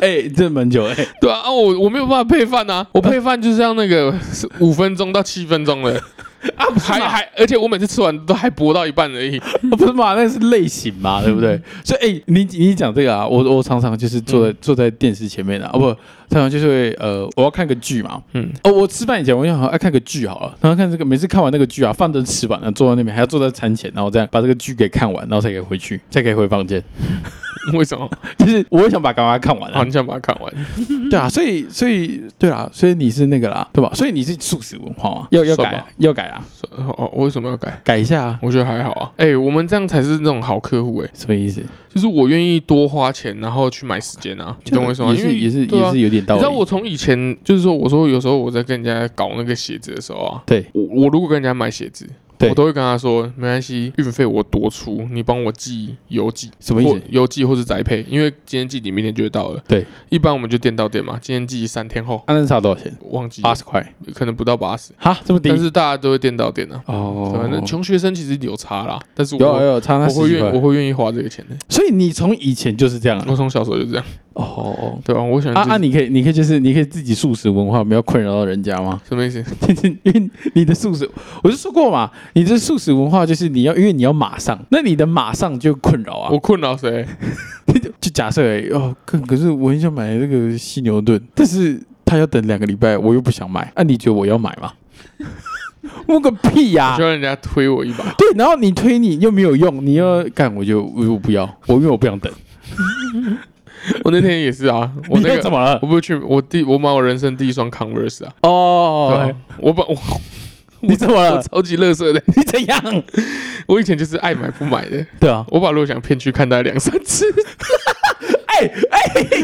A: 哎，这蛮久哎，
C: 对啊，啊我我没有办法配饭啊，我配饭就是要那个五分钟到七分钟的。啊，还还，而且我每次吃完都还播到一半而已，
A: 哦不是嘛？那是类型嘛，对不对？所以哎，你你讲这个啊，我我常常就是坐在坐在电视前面啊，哦不，常常就是会呃，我要看个剧嘛，
C: 嗯
A: 嗯，哦，我吃饭以前我就想爱看个剧好了，然后看这个，每次看完那个剧啊，饭都吃完了，坐在那边还要坐在餐前，然后这样把这个剧给看完，然后才可以回去，才可以回房 间。
C: 为什么？
A: 就是我也想把赶快看 完啊
C: 啊，你想把它看完？
A: 对啊，所以所以对啊，所以你是那个啦，对吧？所以你是素食文化嘛，要要
C: 算
A: 改
C: 吧
A: 要改啊，
C: 哦，我为什么要改？
A: 改一下啊，
C: 我觉得还好啊。哎、我们这样才是那种好客户哎、
A: 什么意思？
C: 就是我愿意多花钱，然后去买时间啊，你懂我意思吗？
A: 也
C: 因为
A: 是也是
C: 对啊
A: 也是有点道
C: 你
A: 理。
C: 知道我从以前就是说，我说有时候我在跟人家搞那个鞋子的时候啊，
A: 对
C: 我我如果跟人家买鞋子，
A: 对
C: 我都会跟他说没关系，运费我多出，你帮我寄邮寄，
A: 什么意思
C: 或邮寄或是宅配，因为今天寄你，明天就会到了。
A: 对，
C: 一般我们就店到店嘛，今天寄三天后
A: 安能差多少钱？
C: 忘记
A: 八十块，
C: 可能不到八十，
A: 哈，这么低
C: 但？是大家都会店到店啊。
A: 哦
C: 反正穷学生其实有差啦，但是我
A: 有啊有有差那
C: 我
A: 十
C: 会
A: 几
C: 愿我
A: 块，
C: 会愿意花这个钱的、
A: 所以你从以前就是这样啊
C: 我从小时候就这样，
A: 哦哦。
C: 对吧、我想、
A: 啊
C: 就是、
A: 啊！你可以，你可以，就是你可以自己素食文化，没有困扰到人家吗？
C: 什么意思？
A: 啊因为 你的素食，我就说过嘛，你的素食文化就是你要，因为你要马上，那你的马上就困扰啊
C: 我。困扰谁？
A: 就假设而已哦，可可是我很想买那个犀牛盾，但是他要等两个礼拜，我又不想买。啊那、你觉得我要买吗？ 问个屁呀、
C: 我需要人家推我一 把。
A: 对，然后你推你又没有用，你又干，我就我我不要，我因为我不想等。
C: 我那天也是啊，我
A: 你
C: 那
A: 又怎
C: 个
A: 么了？
C: 我不是去我第我买我人生第一双 Converse 啊，对
A: 哦
C: 啊，我把我
A: 你怎么
C: 我
A: 了？
C: 超级乐色的，
A: 你怎样？
C: 我以前就是爱买不买的，
A: 对啊，
C: 我把洛翔骗去看大概两三次，
A: 哎哎，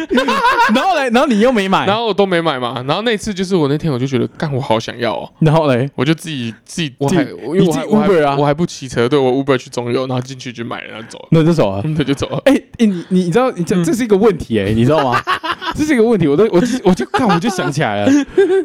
A: 然后嘞，然后你又没买，
C: 然后我都没买嘛。然后那次就是我那天我就觉得，干我好想要哦，
A: 然后嘞，
C: 我就自己自己我
A: 自己
C: 还我因为
A: 你
C: 我
A: 自
C: 还
A: 己
C: 我还
A: Uber 啊
C: 我还不骑车，对我 Uber 去中油，然后进去就买了，然后走 了，
A: 那就走了。
C: 他们就走了。
A: 哎、欸你你你知道，你这这是一个问题哎、你知道吗？ 这是一个问题，我都我就我就看我就想起来了，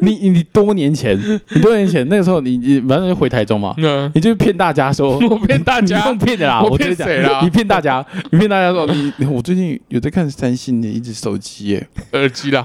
A: 你你你多年前，你多年前那个时候你你反正就回台中嘛，
C: 嗯，
A: 你就骗大家说
C: 我骗大
A: 你不
C: 家
A: 用，骗的啦，
C: 我
A: 我直接
C: 骗
A: 讲
C: 谁啦
A: 你骗大家，你骗大家说你你我最近有在看三星的一只手机耶，
C: 耳机啦，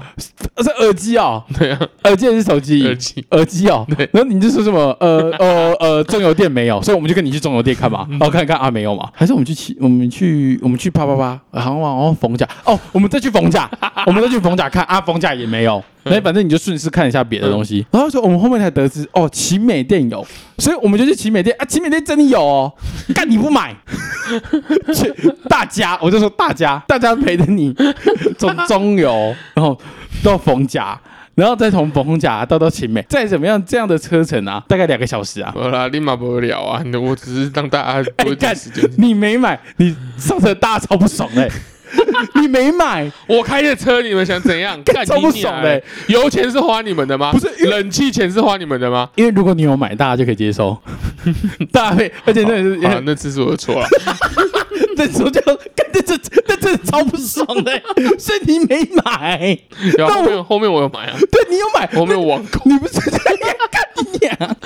A: 呃是耳机 哦，
C: 对啊，
A: 耳机还是手机
C: 耳？机。
A: 耳机哦
C: 对，
A: 然后你就说什么呃呃呃中油店没有，所以我们就跟你去中油店看嘛，然后看看啊没有嘛，还是我们去骑我们去我们去啪啪啪，然后然后逢甲哦，我们再去逢甲， 我们再去逢甲看啊逢甲也没有，那反正你就顺势看一下别的东西，然后说我们后面才得知哦奇美店有，所以我们就去奇美店啊奇美店真的有 哦，干你不 买，切大家我就说大家大家陪着 你从中油然后到逢甲。然后再从逢甲到到秦美，再怎么样这样的车程啊，大概两个小时啊。
C: 好啦，立马不聊啊！ 你我只是让大家
A: 哎
C: 多一点
A: 干
C: 时间。
A: 你没买，你上车大家超不爽 嘞、你没买，
C: 我开的车，你们想 怎样？
A: 干
C: 干
A: 超
C: 你
A: 不
C: 娘
A: 爽
C: 欸
A: 嘞、
C: 油钱是花你们的吗？
A: 不是因为
C: 冷气钱是花你们的吗？
A: 因为如果你有买，大家就可以接 受。大家会，而且那也是
C: 好啦，那次是我 的错了。
A: 那时候就干这这这这超不爽嘞、 所以你没买，
C: 然后
A: 那
C: 后
A: 我
C: 面后面我有买 啊，
A: 对你有买，
C: 后面我网购，
A: 你不是在干你娘？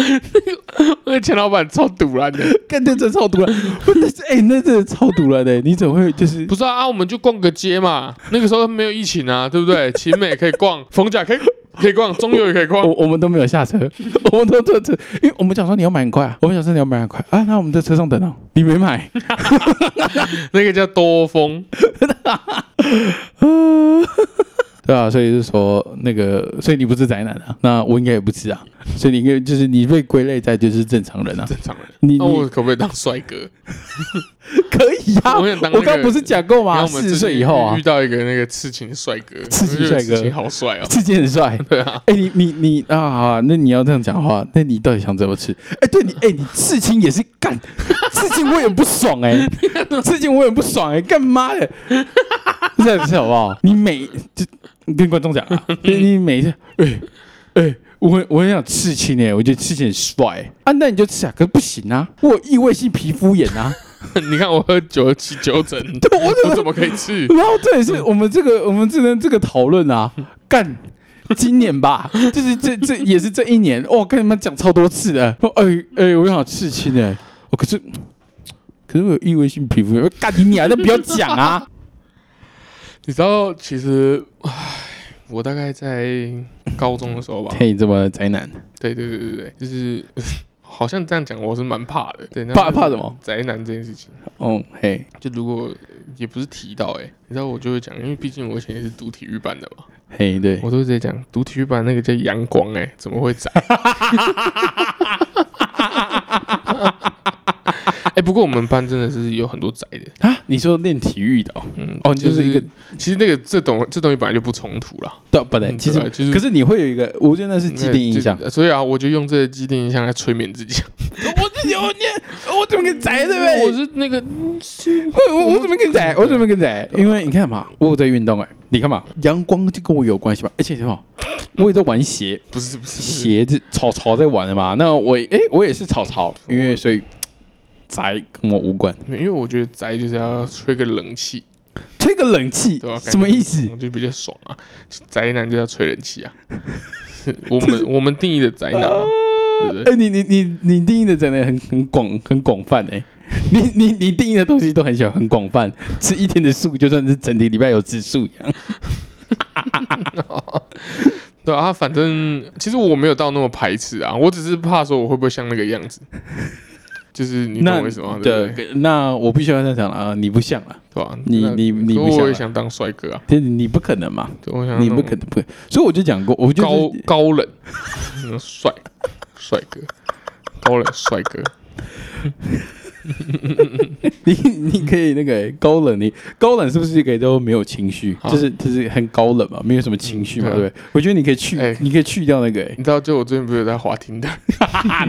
C: 那个钱老板超堵烂的。
A: 干这这超毒了，不是哎、那真的超毒了的、你怎么会就是
C: 不是啊，啊我们就逛个街嘛。那个时候没有疫情啊，对不 对？秦美可以逛，逢甲可以可以逛，中游也可以逛。
A: 我我们都没有下车， 我们都坐车，因为我们想说你要买很快啊，我们想说你要买很快啊，那我们在车上等啊，你没买，
C: 那个叫多峰，
A: 对啊，所以是说那个，所以你不是宅男啊，那我应该也不是啊，所以你应该就是你被归类在就是正常人啊，
C: 正常人。
A: 你
C: 那哦我
A: 你
C: 可不可以当帅哥？
A: 可以啊，
C: 我
A: 我
C: 想当那个
A: 刚刚不是讲过
C: 然
A: 吗？
C: 后我
A: 四
C: 们
A: 十
C: 最
A: 岁
C: 近
A: 以后啊
C: 遇，到一个那个刺青的帅哥，
A: 刺青
C: 我觉得
A: 帅哥
C: 刺青好帅哦。
A: 自己很 帅。
C: 对啊，
A: 哎、你你你啊，好啊那你要这样讲话，那你到底想怎么吃？哎、对你，哎、你刺青也是干， 刺青我也不爽哎、 刺青我也不爽哎、干嘛的？ 这样子好不好？你每就跟观众讲 啊，你你每次，哎、哎、我我很想刺青哎、我觉得刺青很帅、啊，那你就刺啊，可是不行啊，我有异位性皮肤炎 啊。
C: 你看我喝酒起酒疹，
A: 对，我怎
C: 我
A: 么
C: 怎么可以吃？
A: 然后这也是我们这个我们这个这个讨论啊， 干。今年吧，就是这这也是这一年，哦我、跟你们讲超多次的。说哎哎，我想刺青哎，我、可是可是我有异位性皮肤炎，干你娘，那不要讲啊！
C: 你知道，其实，唉，我大概在高中的时 候吧，
A: 嘿，这么宅男，
C: 对对对对对，就是好像这样讲，我是蛮怕的。对，那
A: 怕怕什么？
C: 宅男这件事情，
A: 哦嘿
C: 就如果也不是提到哎、欸你知道我就会讲，因为毕竟我以前也是读体育班的嘛，
A: 嘿，对，
C: 我都会直接讲读体育班那个叫阳光哎、欸怎么会 宅？哎、不过我们班真的是有很多宅的，
A: 啊，你说练体育的哦，
C: 嗯，
A: 哦你就是一个，
C: 其实那个这东这东西本来就不冲突啦，
A: 对，本来
C: 嗯
A: 其
C: 对啊
A: 实
C: 就是
A: 可是你会有一个，我觉得那是既定印象
C: 那。就所以啊，我就用这个既定印象来催眠自己。
A: 我自己我你我怎么跟宅哎对不对？
C: 我是 那个
A: 我我我怎么跟仔？我怎么跟仔？因为你看嘛，我有在运动哎、你看嘛，阳光就跟我有关系吧。哎而且什 么，哦我也在玩鞋，
C: 不是不是不是
A: 鞋子草草在玩的嘛。那我哎、我也是草草，因为所以宅跟我无关。
C: 因为我觉得宅就是要吹个冷气，
A: 吹个冷气
C: 对吧、感觉
A: 什么意思？
C: 我就比较爽啊，宅男就要吹冷气 啊。我们我们定义的宅男嘛，对不
A: 哎、
C: 对？
A: 你你你你定义的真的很很广很广泛哎、你你你定义的东西都很小很广泛，吃一天的素就算是整体礼拜有吃素一样。
C: 对啊，反正其实我没有到那么排斥啊，我只是怕说我会不会像那个样子，就是你
A: 那
C: 懂我意思吗？对不对，
A: 对，那我必须要这样讲了啊，你不像啊，
C: 对吧？
A: 你
C: 那
A: 你你
C: 可
A: 不像
C: 我也
A: 啊
C: 想当帅哥啊，
A: 这你不可能嘛。
C: 对我想
A: 你
C: 那
A: 不
C: 种
A: 可能不可能，所以我就讲过，我就
C: 嗯高
A: 是
C: 高冷嗯那种帅帅哥，高冷帅哥。
A: 你 你可以那个、高冷，你高冷是不是可以都没有情绪？
C: 好
A: 就是就是很高冷嘛，没有什么情绪嘛，
C: 啊
A: 对
C: 嗯对
A: 不对？我觉得你可以去，
C: 哎
A: 你可以去掉那个、欸，
C: 你知道，就我最近不是有在滑听的，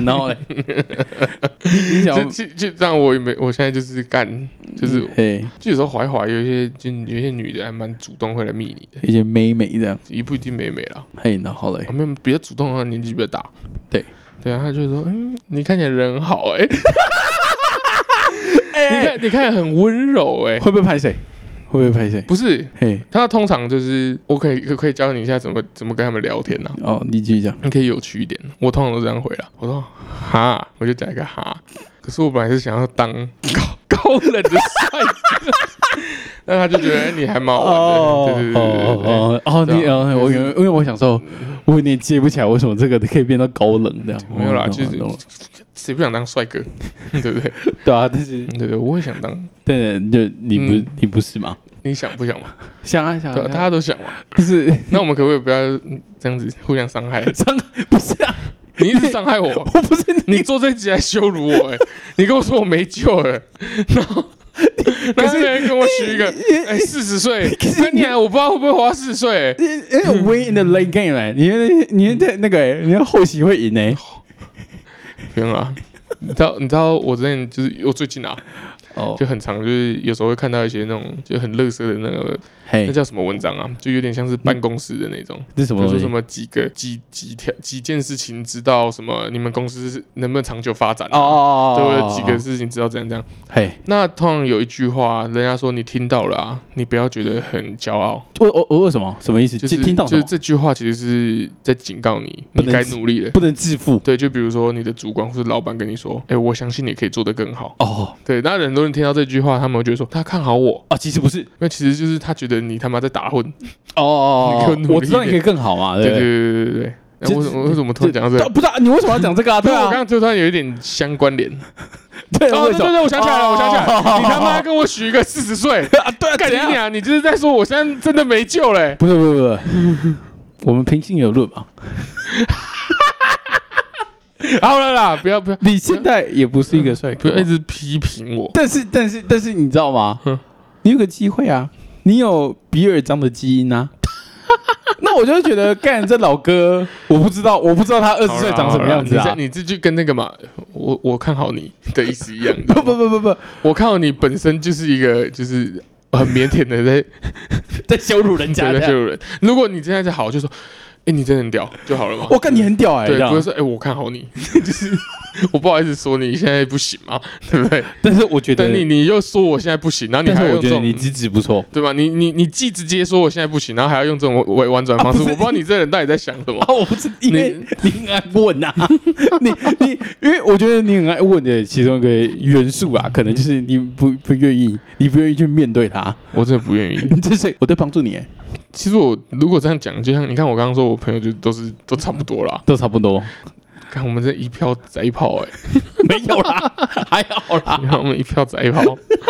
A: 然 后嘞，你你想
C: 就
A: 要，嗯
C: 就就这样，我也没，我现在就是干，就是
A: 嘿，
C: 就有时候滑一滑，有一些就有一些女的还蛮主动会来密你的，
A: 一些妹妹这样，
C: 也不一定美美啦，
A: 嘿，然后嘞
C: 我，们比较主动的话年纪比较大，
A: 对
C: 对啊，他就说，嗯，你看起来人很好 哎、
A: 哎
C: 你看你看起来很温柔哎、
A: 会不会拍谁？会不会拍谁？
C: 不是，
A: 嘿，
C: 他通常就是我可以可以教你一下怎么怎么跟他们聊天呐、啊
A: 哦，你继续讲，
C: 你可以有趣一点。我通常都这样回啦，我说哈，我就讲一个哈。可是我本来是想要当 高高冷的帅哥，那他就觉得哎你还蛮好玩的，
A: 哦
C: 对对对对对对。
A: 哦哦哦，
C: 对啊
A: 你哦，我因为因为我想说，我有点接不起来，为什么这个可以变到高冷这样？
C: 没有啦
A: 哦
C: 就是
A: 懂了懂了
C: 谁不想当帅哥， 对不对？
A: 对啊，但是
C: 对对，我也想当，
A: 但是就你不
C: 嗯
A: 你不是吗？
C: 你想不想嘛？
A: 想啊想
C: 对啊，
A: 啊，
C: 大家都想嘛。
A: 不是？
C: 那我们可不可以不要嗯这样子互相伤害
A: 伤不是啊，
C: 你一直伤害我，
A: 我不是你，
C: 你做这集来羞辱我、哎，你跟我说我没救了，然后。然后那个人跟我许一个，哎，四十岁，那你还我不知道会不会活到四十岁，哎
A: 因为 win in the late game 哎，你你在那个哎，你在后期会赢哎，
C: 不用啦。啊你知道，你知道我之前就是我最近啊，
A: 哦
C: 就，很常就是有时候会看到一些那种就很乐色的那个
A: 嘿
C: 那，叫什么文章啊，就有点像是办公室的那种，
A: 这是哎什
C: 比
A: 么
C: 如
A: 东
C: 说什
A: 西？
C: 么几个几几条几件事情知道什么，你们公司能不能长久发展
A: 哦哦
C: 啊，
A: 哦，
C: 对
A: 哦
C: 有几个，事情知道怎样怎样。
A: 嘿，
C: 那通常有一句话，人家说你听到了啊，你不要觉得很骄傲，
A: 我我我我什么什么意思？
C: 就是
A: 听到什
C: 就是
A: 么？
C: 这句话其实是在警告你，
A: 不
C: 你
A: 能
C: 该
A: 自
C: 努力了。
A: 不能致富
C: 对，就比如说你的主管或是老板跟你说，哎、我相信你可以做得更好。
A: 哦
C: 对，那很多人听到这句话，他们会觉得说他看好我，
A: 哦，其实不是
C: 那其实就是他觉得你他妈在打混。
A: 哦哦，
C: 你
A: 哦
C: 更努力
A: 我知道你
C: 一
A: 可以
C: 点
A: 更好嘛，
C: 对对
A: 不对？
C: 对对对对。那
A: 这
C: 为什么为什么突然讲到这
A: 对
C: 个？
A: 不是啊，你为什么要讲这个啊？对
C: 我
A: 啊
C: 刚，刚就突然有一点相关联。
A: 对啊，
C: 哦，
A: 为
C: 对
A: 什
C: 对
A: 么？
C: 对，我想起来了，我想起来
A: 哦
C: 了，你他妈跟我许一个四十岁，
A: 啊，对啊，
C: 干
A: 怎样
C: 你娘！你就是在说我现在真的没救嘞、
A: 不是不是不是，我们平心而论嘛。
C: 好了啦，不要不要
A: 你现在也不是一个帅
C: 不
A: 哥
C: 要，一直批评我。
A: 但是但是但是你知道吗
C: 嗯？
A: 你有个机会啊，你有比尔张的基因啊。那我就觉得，干这老哥，我不知道，我不知道他二十岁长什么样子
C: 好啦好啦
A: 啊！
C: 你这你这句跟那个嘛，我我看好你的意思 一样。
A: 不不不不不，
C: 我看好你本身就是一个就是很腼腆的 在
A: 在羞辱人家
C: 在
A: 这
C: 羞
A: 样。
C: 辱人。如果你现在是好，就说，哎，你真的很屌就好了嘛。
A: 我干，你很屌哎！
C: 对
A: 这，样
C: 不会说，哎，我看好你， 就是我不好意思说你现在不行嘛，对不对？
A: 但是我觉得
C: 但，你你又说我现在不行，然后你
A: 但
C: 还
A: 是
C: 要
A: 我
C: 用
A: 觉
C: 这
A: 得
C: 种
A: 你资质不错
C: 对吧？你你你既直接说我现在不行，然后还要用这种委婉转
A: 啊
C: 方式，
A: 不
C: 我
A: 是
C: 不知道你这人到底在想什么
A: 啊！。我不是因为你很爱问啊呐， 你你因为我觉得你很爱问的其中一个元素啊，可能就是你不不愿意，你不愿意去面对它。
C: 我真的不愿意。
A: 这是我在帮助你欸，
C: 其实我如果这样讲，就像你看我刚刚说，我朋友就都是都差不多啦。
A: 都差不多，
C: 看我们这一票宰炮哎、
A: 没有啦， 还好啦，
C: 你看我们一票宰炮，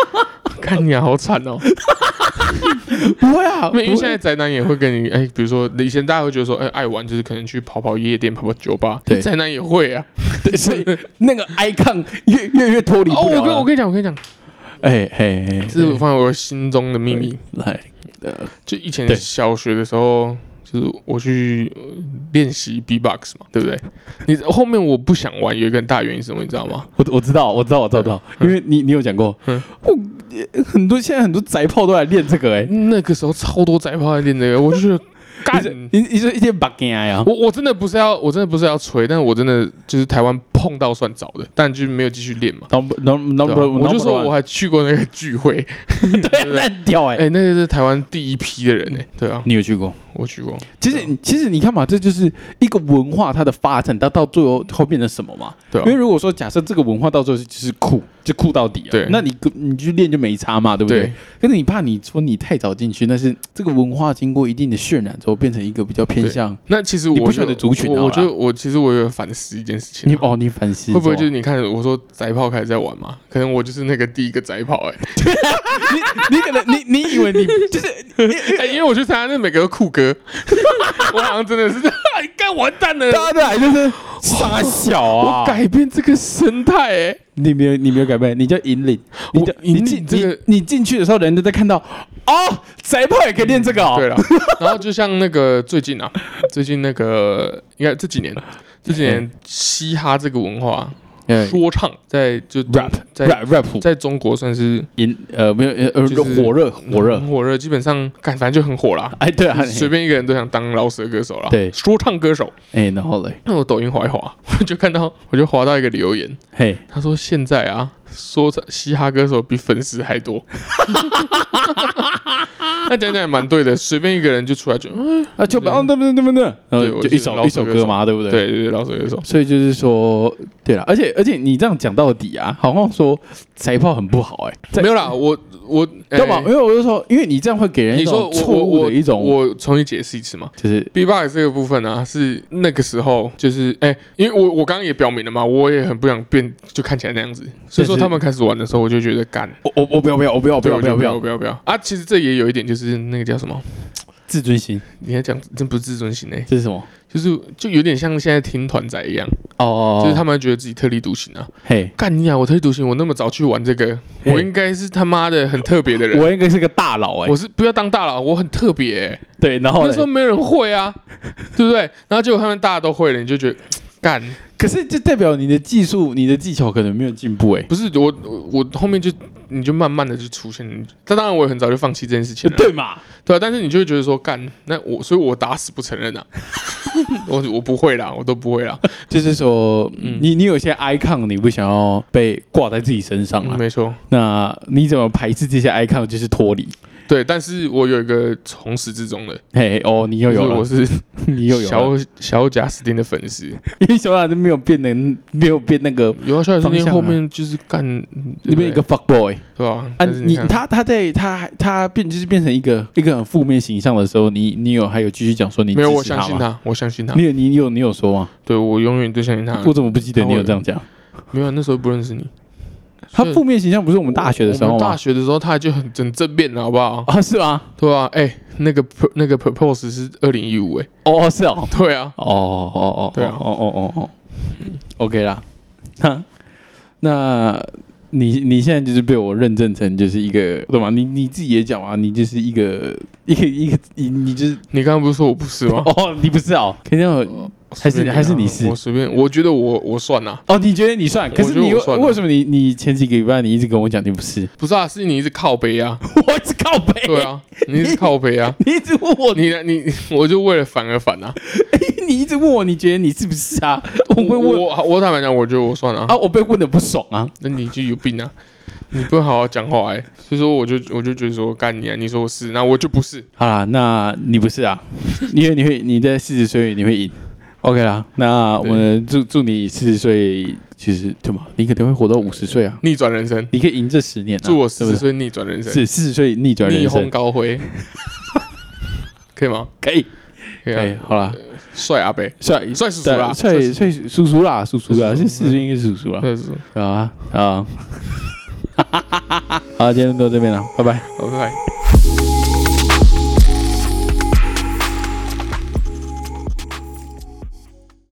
C: 看你啊，好惨 哦、
A: 不会啊，
C: 因为
A: 不会
C: 现在宅男也会跟你哎、比如说以前大家会觉得说，哎、爱玩就是可能去跑跑夜店、跑跑酒吧，
A: 对
C: 宅男也会啊。
A: 对所以那个 icon 越越越脱离
C: 哦，
A: 不
C: 我
A: 了啊
C: 跟我
A: 了。
C: 跟你讲，我跟你讲，
A: 哎嘿嘿，
C: 这是我放在我心中的秘密。
A: 来，呃
C: 就以
A: 对
C: 前小学的时候，就是我去呃练习 B-box 嘛，对不对？你后面我不想玩，有一个很大原因是什么，你知道吗？
A: 我我知道，我知道，我知道，我知道，因为你你有讲过，
C: 嗯
A: 我呃很多现在很多宅炮都来练这个，哎，
C: 那个时候超多宅炮在练这个，我就 觉得干。
A: 你你说一天把干呀？
C: 我我真的不是要，我真的不是要吹，但是我真的就是台湾碰到算早的，但就没有继续练嘛。
A: 能不能能
C: 对
A: 不
C: 吧
A: 能？
C: 我就说我还去过那个聚会，
A: 对啊烂掉哎
C: 哎、，那个是台湾第一批的人哎、对啊，
A: 你有去过？
C: 我去过，啊
A: 其实其实你看嘛，这就是一个文化它的发展，它到最后会变成什么嘛？
C: 对啊
A: 因为，如果说假设这个文化到最后就是酷，就酷到底了，
C: 对
A: 那你你去练就没差嘛，对不对？
C: 对
A: 可是你怕你说你太早进去，但是这个文化经过一定的渲染之后，变成一个比较偏向
C: 那其实
A: 你
C: 我
A: 不喜欢
C: 就
A: 的族群
C: 我
A: 好
C: 我
A: 啦
C: 觉得我其实我有反思一件事情啊、
A: 你哦，你反思
C: 会不会就是
A: 是
C: 你看我说宅炮开始在玩嘛？可能我就是那个第一个宅炮哎、
A: 你你可能你你以 为你就是
C: 欸因为我去参加那每个都酷哥，我好像真的是哎干干完蛋了，
A: 大家的来就是傻小啊！
C: 我改变这个生态哎、
A: 你没有你没有改变，你就引领，
C: 我
A: 你就你
C: 引领
A: 进
C: 这个
A: 你你进去的时候，人家在看到哦，宅炮也可以练这个哦。
C: 对了，然后就像那个最近啊，最近那个应该这几年，这几年嘻哈这个文化，
A: 嗯
C: 说唱在就
A: rap
C: 在
A: rap rap
C: 在中国算是
A: 引呃没有呃
C: 就是
A: 火热火热
C: 很，火热，基本上干反正就很火 啦。
A: 哎对啊，
C: 随便一个人都想当饶舌歌手啦，
A: 对
C: 说唱歌手。
A: 哎然后嘞
C: 那我抖音滑一滑， 我就看到，我就滑到一个留言，
A: 嘿，
C: 他说现在啊，说唱嘻哈歌手比粉丝还多。 那讲讲也蛮对的，随便一个人就出来就，嗯
A: 啊就哦对不对对不对，然
C: 对
A: 后就
C: 我就是
A: 一首
C: 饶舌
A: 一首
C: 歌
A: 歌
C: 手
A: 嘛，对不对？
C: 对对对，饶舌歌手。
A: 所以就是说，对了，而且而且你这样讲到底啊，好像说财报很不好哎、欸，
C: 没有啦，我我
A: 干嘛？
C: 哎
A: 因为我就说，因为你这样会给人一
C: 你说
A: 种
C: 我
A: 错
C: 我
A: 误
C: 我
A: 的一种，
C: 我重新解释一次嘛。
A: 就是。
C: B-box 这个部分啊，是那个时候，就是哎、因为我我刚刚也表明了嘛，我也很不想变，就看起来那样子。所以说
A: 是
C: 他们开始玩的时候，我就觉得干，
A: 哦我我我不要不要我不要不
C: 对
A: 要
C: 我
A: 不
C: 就
A: 要
C: 不
A: 不
C: 要
A: 要
C: 不要不要啊！其实这也有一点，就是那个叫什么？
A: 自尊心，
C: 你还讲真不是自尊心哎、
A: 这是什么？
C: 就是就有点像现在听团仔一样，
A: 哦哦，
C: 就是他们觉得自己特立独行啊。
A: 嘿，
C: 干你啊！我特立独行，我那么早去玩这个，
A: 嘿
C: 我应该是他妈的很特别的人。
A: 我应该是个大佬哎、
C: 我是不要当大佬，我很特别、欸。
A: 哦对，然后
C: 那
A: 嘞
C: 时候没有人 会啊，对不对？然后结果他们大家都会了，你就觉得干
A: 可是这代表你的技术、你的技巧可能没有进步哎、
C: 不是我我我后面就你就慢慢的就出现，但当然我也很早就放弃这件事情了，
A: 对嘛？
C: 对啊，但是你就会觉得说干那我，所以我打死不承认啊， 我我不会啦，我都不会啦，
A: 就是说，
C: 嗯
A: 你你有些 icon 你不想要被挂在自己身上啊，
C: 嗯没错，
A: 那你怎么排斥这些 icon 就是脱离？
C: 对，但是我有一个从始至终的，
A: 嘿哦，你又
C: 就是
A: 有
C: 我
A: 了，
C: 是
A: 你又有了
C: 小小贾斯汀的粉丝，
A: 因为小雅就没有变能，没有变那个
C: 有啊，小贾斯
A: 方
C: 汀
A: 向啊
C: 后面就是干
A: 那边一个 fuck boy
C: 对吧？
A: 啊，
C: 但是
A: 你
C: 看
A: 他他在他他变就是变成一个一个很负面形象的时候，你你有还有继续讲说你
C: 没有，
A: 支持
C: 我相信
A: 吗？
C: 他，我相信他，
A: 你有你有你有说吗？
C: 对我永远都相信他，
A: 我怎么不记得
C: 他
A: 你
C: 会
A: 有这样讲？
C: 没有，那时候不认识你。
A: 他
C: 是
A: 负面形象不是我们大学的时
C: 我
A: 候
C: 们大
A: 吗？
C: 学的时候他就很很正面了，好不好？
A: 啊，是吗？
C: 对啊，哎、那个 pro- 那个 propose 是二零一五，哎，
A: 哦，是哦，
C: 对啊，
A: 哦哦哦，
C: 对啊
A: 哦哦哦哦，OK 啦。 哈那你你现在就是被我认证成就是一个对吗？你你自己也讲啊，你就是一个 一个一个你你就是
C: 你刚刚不是说我不是 吗？
A: 哦，你不是哦，肯定有还是
C: 随便啊
A: 还是你是
C: 我随便，我觉得我我算啊啦、
A: 哦，你觉得你算？可是
C: 我觉
A: 你
C: 得我
A: 为
C: 算啊
A: 为什么你你前几个礼拜你一直跟我讲你不是？
C: 不是啊，是你一直靠背啊，
A: 我是靠背，
C: 对啊，你一直靠背啊，
A: 你一直问我，
C: 你你我就为了反而反啊，
A: 你一直问我，你觉得你是不是啊？我被
C: 我
A: 问
C: 我我坦白讲，我觉得我算啊
A: 啊，，我被问的不爽啊。
C: 那你就有病啊，你不会好好讲话哎、所以说我就我就觉得说干你啊，你说我是，那我就不是，
A: 好啦，那你不是啊？因为你会你在四十岁你会赢，OK 啦。那我们祝祝你四十岁，其实对吗？你肯定会活到五十岁啊，
C: 逆转人生，
A: 你可以赢这十年、啊。
C: 祝我
A: 是
C: 四
A: 不
C: 十
A: 是
C: 岁逆转人生。
A: 是四十岁逆转
C: 逆
A: 人
C: 红
A: 生，
C: 高辉，可以吗？
A: 可以
C: 可以
A: 可以，
C: 啊，
A: 好啦。
C: 帅阿贝，
A: 帅
C: 帅叔叔啦
A: 帅
C: 帅
A: 帅叔叔啦，叔叔啦，
C: 叔叔
A: 是四十应该是叔叔啦，
C: 那是
A: 啊啊，好，今天就到这边了，拜拜。
C: 好帅。